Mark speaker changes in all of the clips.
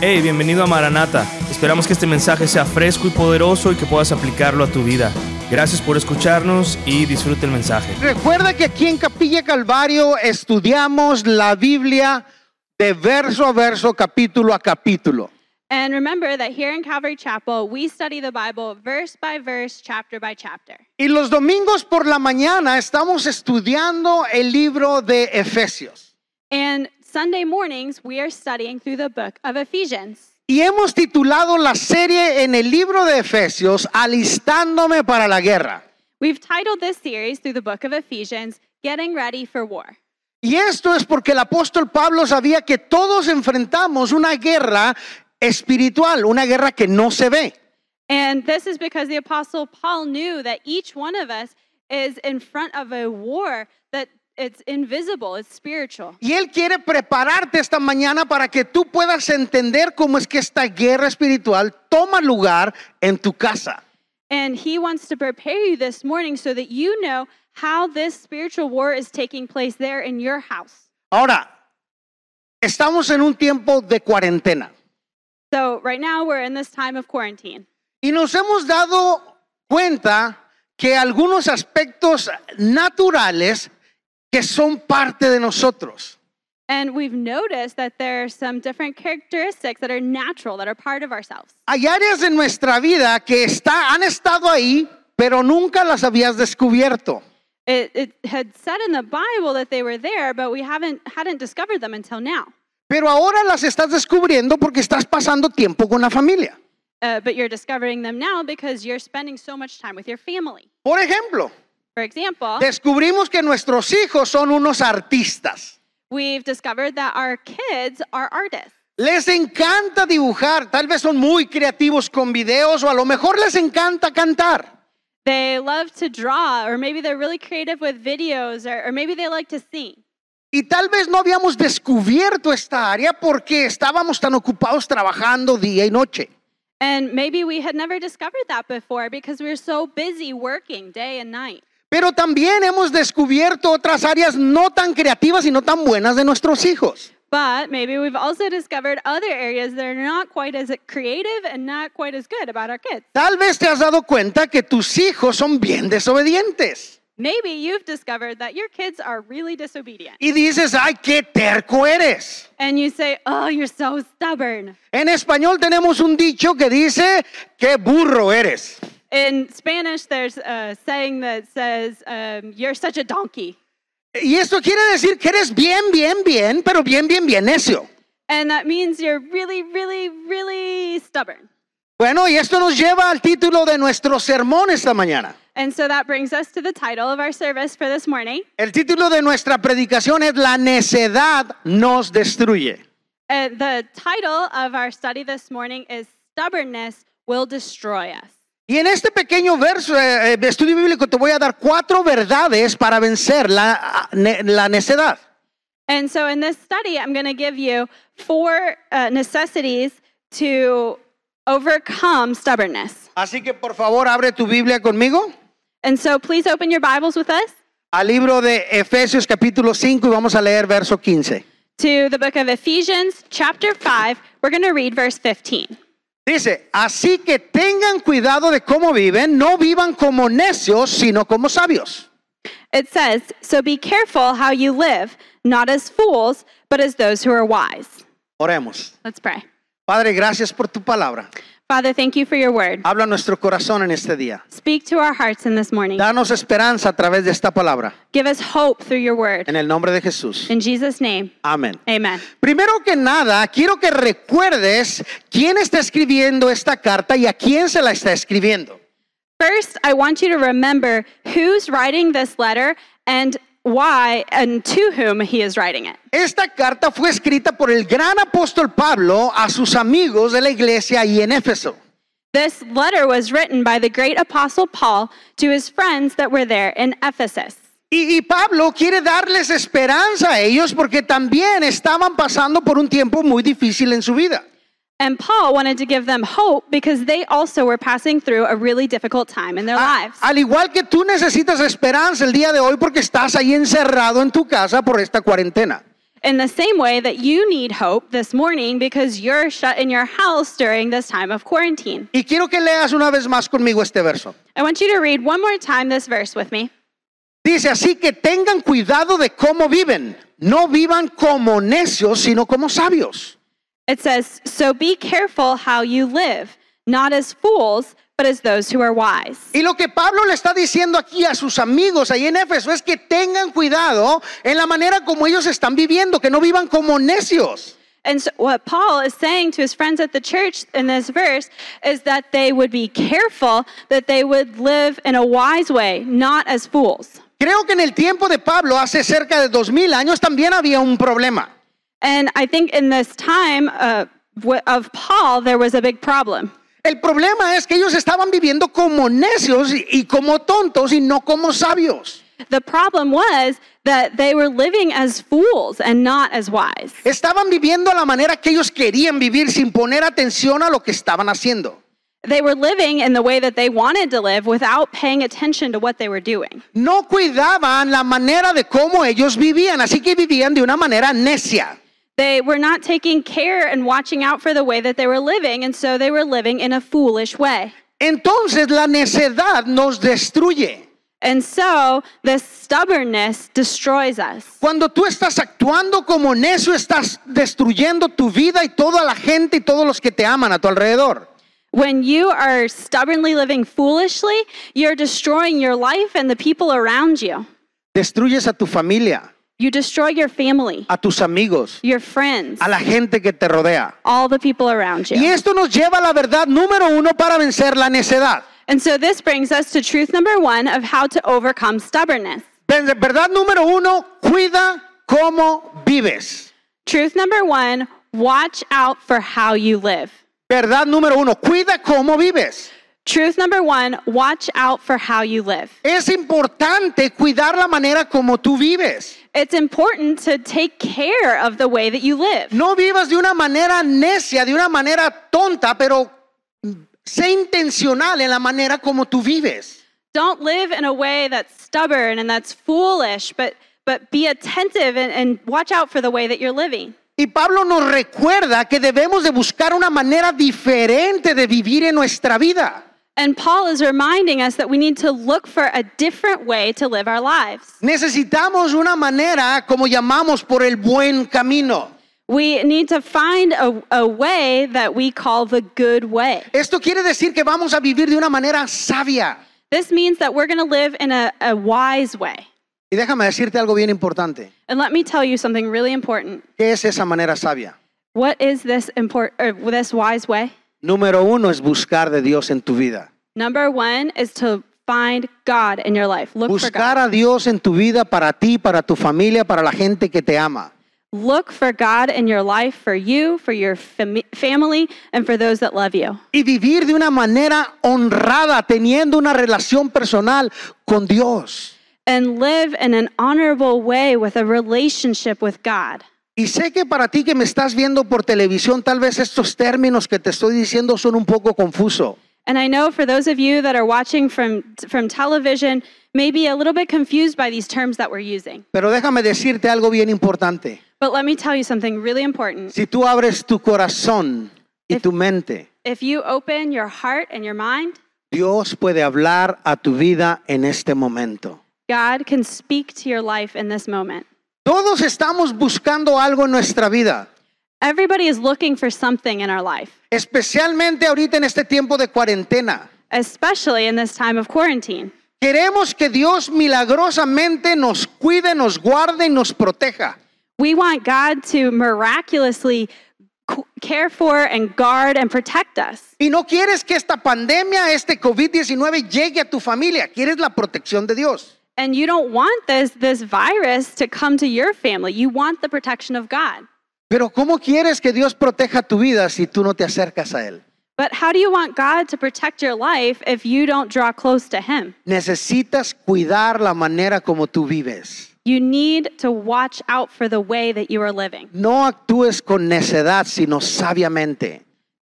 Speaker 1: Hey, bienvenido a Maranata. Esperamos que este mensaje sea fresco y poderoso y que puedas aplicarlo a tu vida. Gracias por escucharnos y disfrute el mensaje.
Speaker 2: Recuerda que aquí en Capilla Calvario estudiamos la Biblia de verso a verso, capítulo a capítulo.
Speaker 3: And remember that here in Calvary Chapel, we study the Bible verse by verse, chapter by chapter.
Speaker 2: Y los domingos por la mañana estamos estudiando el libro de Efesios.
Speaker 3: And Sunday mornings, we are studying through the book of Ephesians.
Speaker 2: Y hemos titulado la serie en el libro de Efesios, Alistándome para la Guerra.
Speaker 3: We've titled this series through the book of Ephesians, Getting Ready for War.
Speaker 2: Y esto es porque el apóstol Pablo sabía que todos enfrentamos una guerra espiritual, una guerra que no se ve.
Speaker 3: And this is because the Apostle Paul knew that each one of us is in front of a war that it's invisible, it's spiritual.
Speaker 2: Y él quiere prepararte esta mañana para que tú puedas entender cómo es que esta guerra espiritual toma lugar en tu casa.
Speaker 3: And he wants to prepare you this morning so that you know how this spiritual war is taking place there in your house.
Speaker 2: Ahora, estamos en un tiempo de cuarentena
Speaker 3: So, right now, we're in this time of quarantine.
Speaker 2: y nos hemos dado cuenta que algunos aspectos naturales que son parte de nosotros.
Speaker 3: And we've noticed that there are some different characteristics that are natural, that are part of ourselves.
Speaker 2: Hay áreas de nuestra vida que está- han estado ahí, pero nunca las habías descubierto.
Speaker 3: It, it had said in the Bible that they were there, but we haven't hadn't discovered them until now.
Speaker 2: Pero ahora las estás descubriendo porque estás pasando tiempo con la familia.
Speaker 3: Uh, but you're discovering them now because you're spending so much time with your family.
Speaker 2: Por ejemplo,
Speaker 3: For example,
Speaker 2: descubrimos que nuestros hijos son unos artistas.
Speaker 3: we've discovered that our kids are artists.
Speaker 2: Les encanta dibujar, tal vez son muy creativos con videos o a lo mejor les encanta cantar.
Speaker 3: They love to draw, or maybe they're really creative with videos, or, or maybe they like to sing.
Speaker 2: Y tal vez no habíamos descubierto esta área porque estábamos tan ocupados trabajando día y noche.
Speaker 3: And maybe we had never discovered that before because we were so busy working day and night.
Speaker 2: Pero también hemos descubierto otras áreas no tan creativas y no tan buenas de nuestros hijos.
Speaker 3: But maybe we've also discovered other areas that are not quite as creative and not quite as good about our kids.
Speaker 2: Tal vez te has dado cuenta que tus hijos son bien desobedientes.
Speaker 3: Maybe you've discovered that your kids are really disobedient.
Speaker 2: Y dices, ay, qué terco eres.
Speaker 3: And you say, oh, you're so stubborn.
Speaker 2: En español tenemos un dicho que dice, qué burro eres.
Speaker 3: In Spanish, there's a saying that says, um, you're such a donkey.
Speaker 2: Y esto quiere decir que eres bien, bien, bien, pero bien, bien, bien necio.
Speaker 3: And that means you're really, really, really stubborn.
Speaker 2: Bueno, y esto nos lleva al título de nuestro sermón esta mañana.
Speaker 3: And so that brings us to the title of our service for this morning.
Speaker 2: El título de nuestra predicación es La necedad nos destruye.
Speaker 3: Uh, the title of our study this morning is Stubbornness Will Destroy Us.
Speaker 2: Y en este pequeño verso, eh, eh, estudio bíblico, te voy a dar cuatro verdades para vencer la, ah, ne- la necedad.
Speaker 3: And so, in this study, I'm going to give you four uh, necessities to overcome stubbornness.
Speaker 2: Así que por favor abre tu Biblia conmigo
Speaker 3: And so, please open your Bibles with us
Speaker 2: al libro de Efesios capítulo 5 y vamos a leer verso 15.
Speaker 3: to the book of Ephesians, chapter 5. We're going to read verse 15.
Speaker 2: Dice, así que tengan cuidado de cómo viven, no vivan como necios, sino como sabios.
Speaker 3: It says, So be careful how you live, not as fools, but as those who are wise.
Speaker 2: Oremos.
Speaker 3: Let's pray.
Speaker 2: Padre, gracias por tu palabra.
Speaker 3: Father, thank you for your word.
Speaker 2: Habla a nuestro corazón en este día.
Speaker 3: Speak to our hearts in this morning.
Speaker 2: Danos esperanza a través de esta palabra.
Speaker 3: Give us hope through your word.
Speaker 2: En el nombre de Jesús.
Speaker 3: In Jesus' name,
Speaker 2: Amén.
Speaker 3: amen.
Speaker 2: Primero que nada, quiero que recuerdes quién está escribiendo esta carta y a quién se la está escribiendo.
Speaker 3: First, I want you to remember who's writing this letter and why and to whom he is writing it.
Speaker 2: Esta carta fue escrita por el gran apóstol Pablo a sus amigos de la iglesia ahí en Éfeso.
Speaker 3: This letter was written by the great apostle Paul to his friends that were there in Ephesus.
Speaker 2: Y, y Pablo quiere darles esperanza a ellos porque también estaban pasando por un tiempo muy difícil en su vida.
Speaker 3: And Paul wanted to give them hope because they also were passing through a really difficult time in their lives.
Speaker 2: Al igual que tú necesitas esperanza el día de hoy porque estás ahí encerrado en tu casa por esta cuarentena.
Speaker 3: in the same way that you need hope this morning because you're shut in your house during this time of quarantine.
Speaker 2: Y quiero que leas una vez más conmigo este verso.
Speaker 3: I want you to read one more time this verse with me.
Speaker 2: Dice así que tengan cuidado de cómo viven. No vivan como necios, sino como sabios.
Speaker 3: It says, So be careful how you live, not as fools, but as those who are wise.
Speaker 2: Y lo que Pablo le está diciendo aquí a sus amigos ahí en Éfeso es que tengan cuidado en la manera como ellos están viviendo, que no vivan como necios.
Speaker 3: And so what Paul is saying to his friends at the church in this verse is that they would be careful that they would live in a wise way, not as fools.
Speaker 2: Creo que en el tiempo de Pablo, hace cerca de dos mil años, también había un problema.
Speaker 3: And I think in this time uh, w- of Paul, there was a big problem.
Speaker 2: El problema es que ellos estaban viviendo como necios y, y como tontos y no como sabios.
Speaker 3: The problem was that they were living as fools and not as wise.
Speaker 2: Estaban viviendo a la manera que ellos querían vivir sin poner atención a lo que estaban haciendo.
Speaker 3: They were living in the way that they wanted to live without paying attention to what they were doing.
Speaker 2: No cuidaban la manera de cómo ellos vivían, así que vivían de una manera necia.
Speaker 3: They were not taking care and watching out for the way that they were living, and so they were living in a foolish way.
Speaker 2: Entonces la necedad nos destruye.
Speaker 3: And so this stubbornness destroys us.
Speaker 2: Cuando tú estás actuando como necio, estás destruyendo tu vida y toda la gente y todos los que te aman a tu alrededor.
Speaker 3: When you are stubbornly living foolishly, you're destroying your life and the people around you.
Speaker 2: Destruyes a tu familia,
Speaker 3: You destroy your family,
Speaker 2: a tus amigos,
Speaker 3: your friends,
Speaker 2: a la gente que te rodea.
Speaker 3: all the people around
Speaker 2: Y
Speaker 3: you.
Speaker 2: esto nos lleva a la verdad número uno para vencer la necedad.
Speaker 3: And so this brings us to truth number one of how to overcome stubbornness.
Speaker 2: Ver- Verdad número uno, cuida cómo vives.
Speaker 3: Truth number one watch out for how you live.
Speaker 2: Verdad número uno, cuida cómo vives.
Speaker 3: Truth number one watch out for how you live.
Speaker 2: Es importante cuidar la manera como tú vives.
Speaker 3: It's important to take care of the way that you live.
Speaker 2: No vivas de una manera necia, de una manera tonta, pero sé intencional en la manera como tú vives.
Speaker 3: Don't live in a way that's stubborn and that's foolish, but, but be attentive and, and watch out for the way that you're living.
Speaker 2: Y Pablo nos recuerda que debemos de buscar una manera diferente de vivir en nuestra vida.
Speaker 3: And Paul is reminding us that we need to look for a different way to live our lives.
Speaker 2: Necesitamos una manera, como llamamos, por el buen camino.
Speaker 3: We need to find a, a way that we call the good way.
Speaker 2: Esto quiere decir que vamos a vivir de una manera sabia.
Speaker 3: This means that we're going to live in a, a wise way.
Speaker 2: Y déjame decirte algo bien importante.
Speaker 3: And let me tell you something really important.
Speaker 2: ¿Qué es esa manera sabia?
Speaker 3: What is this import, or this wise way?
Speaker 2: Número uno es buscar de Dios en tu vida.
Speaker 3: Number one is to find God in your life. Look for God.
Speaker 2: Buscar a Dios en tu vida para ti, para tu familia, para la gente que te ama.
Speaker 3: Look for God in your life for you, for your fami- family, and for those that love you.
Speaker 2: Y vivir de una manera honrada, teniendo una relación personal con Dios.
Speaker 3: And live in an honorable way with a relationship with God.
Speaker 2: Y sé que para ti que me estás viendo por televisión, tal vez estos términos que te estoy diciendo son un poco confusos.
Speaker 3: And I know for those of you that are watching from, from television, maybe a little bit confused by these terms that we're using.
Speaker 2: Pero déjame decirte algo bien importante.
Speaker 3: But let me tell you something really important.
Speaker 2: Si tú abres tu corazón y tu mente,
Speaker 3: If you open your heart and your mind,
Speaker 2: Dios puede hablar a tu vida en este momento.
Speaker 3: God can speak to your life in this moment.
Speaker 2: Todos estamos buscando algo en nuestra vida,
Speaker 3: Everybody is looking for something in our life,
Speaker 2: especialmente ahorita en este tiempo de cuarentena.
Speaker 3: especially in this time of quarantine.
Speaker 2: Queremos que Dios milagrosamente nos cuide, nos guarde y nos proteja.
Speaker 3: We want God to miraculously c- care for and guard and protect us.
Speaker 2: Y no quieres que esta pandemia, este COVID-19 llegue a tu familia, quieres la protección de Dios.
Speaker 3: And you don't want this this virus to come to your family. You want the protection of God.
Speaker 2: Pero ¿cómo quieres que Dios proteja tu vida si tú no te acercas a Él?
Speaker 3: But how do you want God to protect your life if you don't draw close to him?
Speaker 2: Necesitas cuidar la manera como tú vives.
Speaker 3: You need to watch out for the way that you are living.
Speaker 2: No actúes con necedad, sino sabiamente.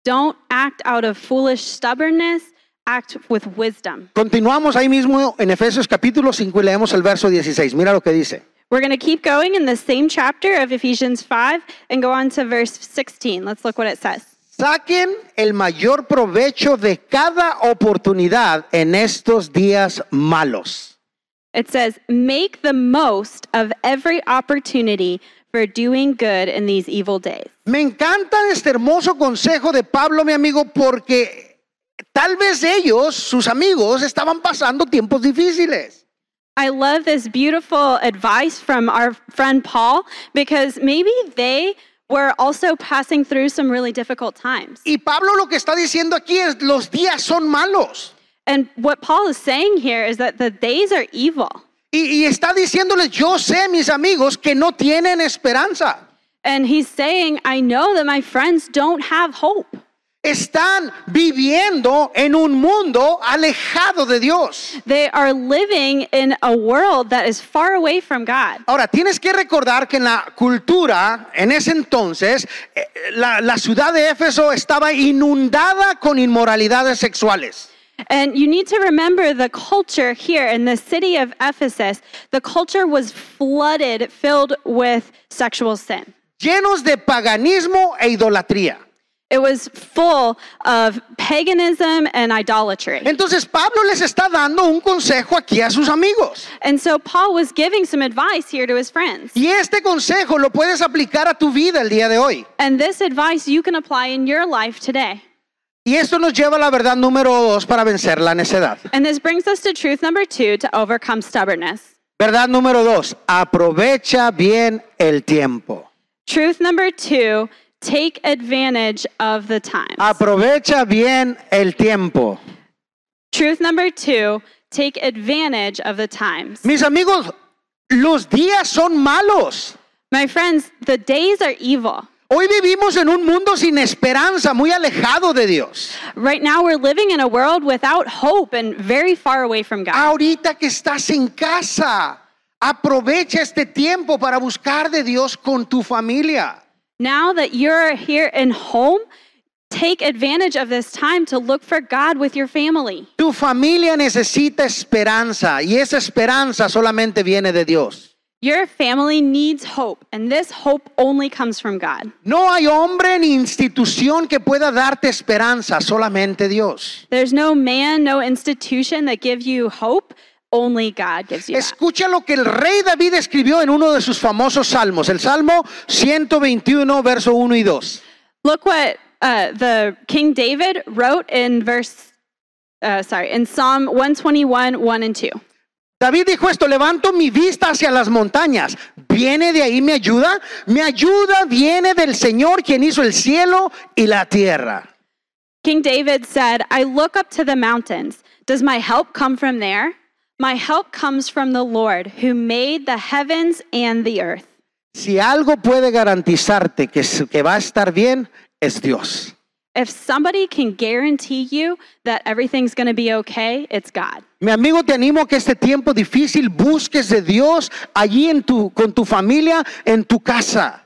Speaker 3: Don't act out of foolish stubbornness, act with wisdom.
Speaker 2: Continuamos ahí mismo en Efesios capítulo 5 y leemos el verso 16. Mira lo que dice.
Speaker 3: We're going to keep going in the same chapter of Ephesians 5 and go on to verse 16. Let's look what it says.
Speaker 2: Saquen el mayor provecho de cada oportunidad en estos días malos.
Speaker 3: It says, Make the most of every opportunity for doing good in these evil days.
Speaker 2: Me encanta este hermoso consejo de Pablo, mi amigo, porque tal vez ellos, sus amigos, estaban pasando tiempos difíciles.
Speaker 3: I love this beautiful advice from our friend Paul because maybe they were also passing through some really difficult times.
Speaker 2: Y Pablo lo que está diciendo aquí es, los días son malos.
Speaker 3: And what Paul is saying here is that the days are evil.
Speaker 2: Y, y está diciéndoles, yo sé, mis amigos, que no tienen esperanza.
Speaker 3: And he's saying, I know that my friends don't have hope.
Speaker 2: Están viviendo en un mundo alejado de Dios.
Speaker 3: They are living in a world that is far away from God.
Speaker 2: Ahora, tienes que recordar que en la cultura, en ese entonces, eh, la, la ciudad de Éfeso estaba inundada con inmoralidades sexuales.
Speaker 3: And you need to remember the culture here in the city of Ephesus, the culture was flooded, filled with sexual sin.
Speaker 2: llenos de paganismo e idolatría.
Speaker 3: It was full of paganism and idolatry.
Speaker 2: Entonces Pablo les está dando un consejo aquí a sus amigos.
Speaker 3: And so Paul was giving some advice here to his friends.
Speaker 2: Y este consejo lo puedes aplicar a tu vida el día de hoy.
Speaker 3: And this advice you can apply in your life today.
Speaker 2: Y esto nos lleva a la verdad número dos para vencer la necedad.
Speaker 3: And this brings us to truth number two to overcome stubbornness.
Speaker 2: Verdad número dos, aprovecha bien el tiempo.
Speaker 3: Truth number two take advantage of the time.
Speaker 2: Ah, Aprovecha bien el tiempo.
Speaker 3: Truth number two take advantage of the times.
Speaker 2: Mis amigos, los días son malos.
Speaker 3: My friends, the days are evil.
Speaker 2: Hoy vivimos en un mundo sin esperanza, muy alejado de Dios.
Speaker 3: Right now, we're living in a world without hope and very far away from God.
Speaker 2: Ahorita que estás en casa, aprovecha este tiempo para buscar de Dios con tu familia.
Speaker 3: Now that you're here in home, take advantage of this time to look for God with your family.
Speaker 2: Tu familia necesita esperanza y esa esperanza solamente viene de Dios.
Speaker 3: Your family needs hope, and this hope only comes from God.
Speaker 2: No hay hombre ni institución que pueda darte esperanza, solamente Dios.
Speaker 3: There's no man, no institution that give you hope. Only God gives you that.
Speaker 2: Escucha lo que el rey David escribió en uno de sus famosos salmos, el Salmo 121, verso 1 y 2.
Speaker 3: Look what uh, the King David wrote in verse, uh, sorry, in Psalm 121, 1 and 2.
Speaker 2: David dijo esto, levanto mi vista hacia las montañas. ¿Viene de ahí mi ayuda? Mi ayuda viene del Señor quien hizo el cielo y la tierra.
Speaker 3: King David said, I look up to the mountains. Does my help come from there? My help comes from the Lord who made the heavens and the earth.
Speaker 2: Si algo puede garantizarte que, s- que va a estar bien, es Dios.
Speaker 3: If somebody can guarantee you that everything's going to be okay, it's God.
Speaker 2: Mi amigo, te animo a que este tiempo difícil busques de Dios allí en tu, con tu familia, en tu casa.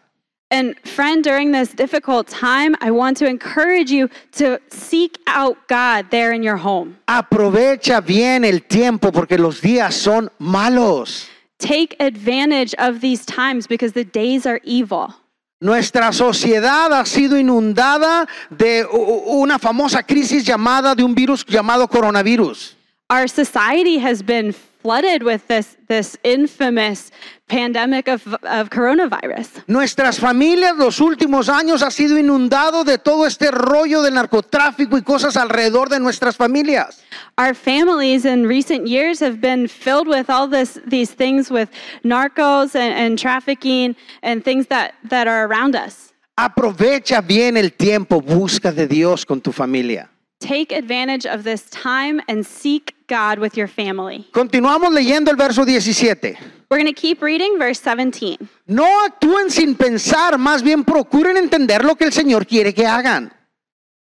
Speaker 3: And friend, during this difficult time, I want to encourage you to seek out God there in your home.
Speaker 2: Aprovecha bien el tiempo porque los días son malos.
Speaker 3: Take advantage of these times because the days are evil.
Speaker 2: Nuestra sociedad ha sido inundada de u- u- una famosa crisis llamada de un virus llamado coronavirus.
Speaker 3: Our society has been flooded with this, this infamous pandemic of, of coronavirus.
Speaker 2: Nuestras familias los últimos años ha sido inundado de todo este rollo del narcotráfico y cosas alrededor de nuestras familias.
Speaker 3: Our families in recent years have been filled with all this, these things with narcos and, and trafficking and things that, that are around us.
Speaker 2: Aprovecha bien el tiempo, busca de Dios con tu familia.
Speaker 3: Take advantage of this time and seek God with your family.
Speaker 2: Continuamos leyendo el verso 17.
Speaker 3: We're going to keep reading verse 17.
Speaker 2: No actúen sin pensar, más bien procuren entender lo que el Señor quiere que hagan.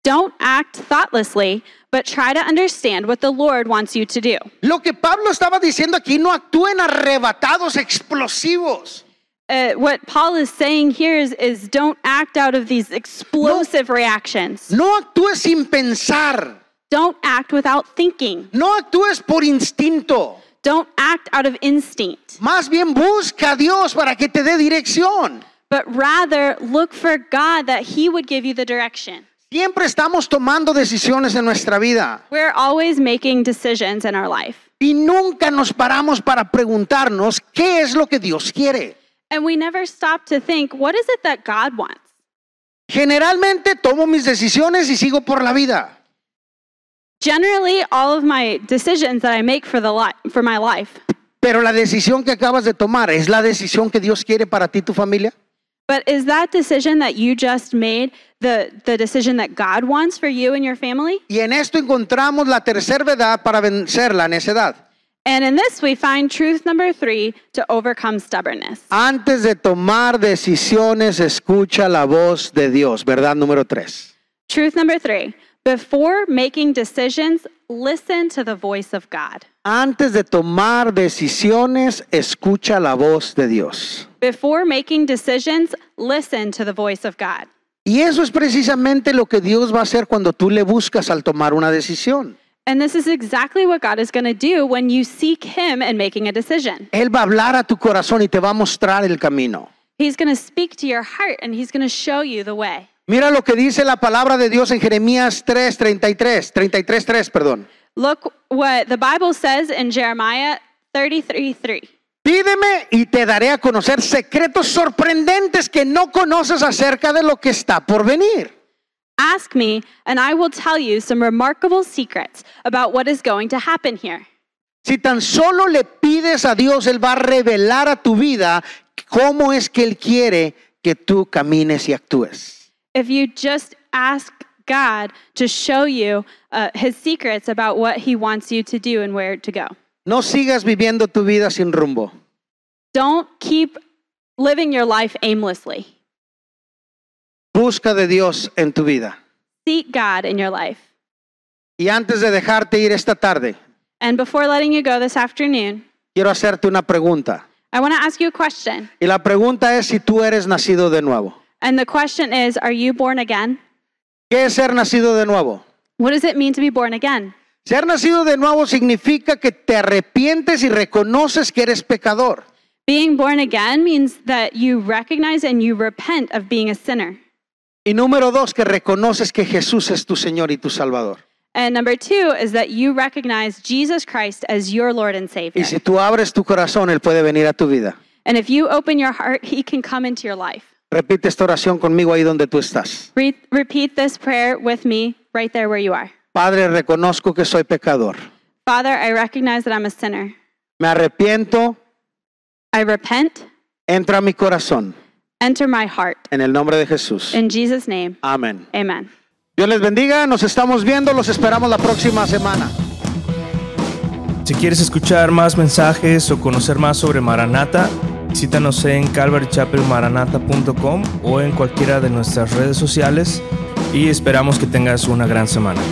Speaker 3: Don't act thoughtlessly, but try to understand what the Lord wants you to do.
Speaker 2: Lo que Pablo estaba diciendo aquí, no actúen arrebatados, explosivos.
Speaker 3: Uh, what Paul is saying here is, is don't act out of these explosive reactions.
Speaker 2: No actúes sin pensar.
Speaker 3: Don't act without thinking.
Speaker 2: No actúes por instinto.
Speaker 3: Don't act out of instinct,
Speaker 2: Más bien busca a Dios para que te dé dirección.
Speaker 3: but rather look for God that He would give you the direction.
Speaker 2: Siempre estamos tomando decisiones en nuestra vida
Speaker 3: We're always making decisions in our life,
Speaker 2: y nunca nos paramos para preguntarnos qué es lo que Dios quiere.
Speaker 3: and we never stop to think, what is it that God wants?
Speaker 2: Generalmente tomo mis decisiones y sigo por la vida.
Speaker 3: Generally, all of my decisions that I make for the li- for my life,
Speaker 2: Pero la decisión que acabas de tomar es la decisión que Dios quiere para ti y tu familia.
Speaker 3: but is that decision that you just made the the decision that God wants for you and your family?
Speaker 2: Y en esto encontramos la tercera edad para vencer la necedad.
Speaker 3: And in this, we find truth number three to overcome stubbornness.
Speaker 2: Antes de tomar decisiones, escucha la voz de Dios. Verdad número tres.
Speaker 3: Truth number three before making decisions, listen to the voice of God.
Speaker 2: Antes de tomar decisiones, escucha la voz de Dios.
Speaker 3: Before making decisions, listen to the voice of God.
Speaker 2: Y eso es precisamente lo que Dios va a hacer cuando tú le buscas al tomar una decisión.
Speaker 3: And this is exactly what God is going to do when you seek Him in making a decision.
Speaker 2: Él va a hablar a tu corazón y te va a mostrar el camino.
Speaker 3: He's going to speak to your heart and He's going to show you the way.
Speaker 2: Mira lo que dice la palabra de Dios en Jeremías 3, 33, 33, 3, perdón.
Speaker 3: Look what the Bible says in Jeremiah 33 3.
Speaker 2: Pídeme y te daré a conocer secretos sorprendentes que no conoces acerca de lo que está por venir.
Speaker 3: Ask me, and I will tell you some remarkable secrets about what is going to happen here.
Speaker 2: Si tan solo le pides a Dios, Él va a revelar a tu vida cómo es que Él quiere que tú camines y actúes.
Speaker 3: If you just ask God to show you uh, his secrets about what he wants you to do and where to go,
Speaker 2: No sigas viviendo tu vida sin rumbo.
Speaker 3: don't keep living your life aimlessly.
Speaker 2: Busca de Dios en tu vida.
Speaker 3: Seek God in your life.
Speaker 2: Y antes de dejarte ir esta tarde,
Speaker 3: And before letting you go this afternoon,
Speaker 2: quiero hacerte una pregunta.
Speaker 3: I want to ask you a question.
Speaker 2: Y la pregunta es si tú eres nacido de nuevo.
Speaker 3: And the question is Are you born again?
Speaker 2: ¿Qué es ser nacido de nuevo?
Speaker 3: What does it mean to be born again?
Speaker 2: Ser nacido de nuevo significa que te arrepientes y reconoces que eres pecador.
Speaker 3: Being born again means that you recognize and you repent of being a sinner.
Speaker 2: Y número dos, que reconoces que Jesús es tu Señor y tu Salvador.
Speaker 3: And number two is that you recognize Jesus Christ as your Lord and Savior.
Speaker 2: Y si tú abres tu corazón, Él puede venir a tu vida.
Speaker 3: And if you open your heart, He can come into your life.
Speaker 2: Repite esta oración conmigo ahí donde tú estás.
Speaker 3: Re- repeat this prayer with me right there where you are.
Speaker 2: Padre, reconozco que soy pecador.
Speaker 3: Father, I recognize that I'm a sinner.
Speaker 2: Me arrepiento,
Speaker 3: I repent.
Speaker 2: entra a mi corazón.
Speaker 3: Enter my heart.
Speaker 2: En el nombre de Jesús.
Speaker 3: In Jesus' name,
Speaker 2: Amén.
Speaker 3: amen.
Speaker 2: Dios les bendiga, nos estamos viendo, los esperamos la próxima semana.
Speaker 1: Si quieres escuchar más mensajes o conocer más sobre Maranata, visítanos en calvarychapelmaranata.com o en cualquiera de nuestras redes sociales y esperamos que tengas una gran semana.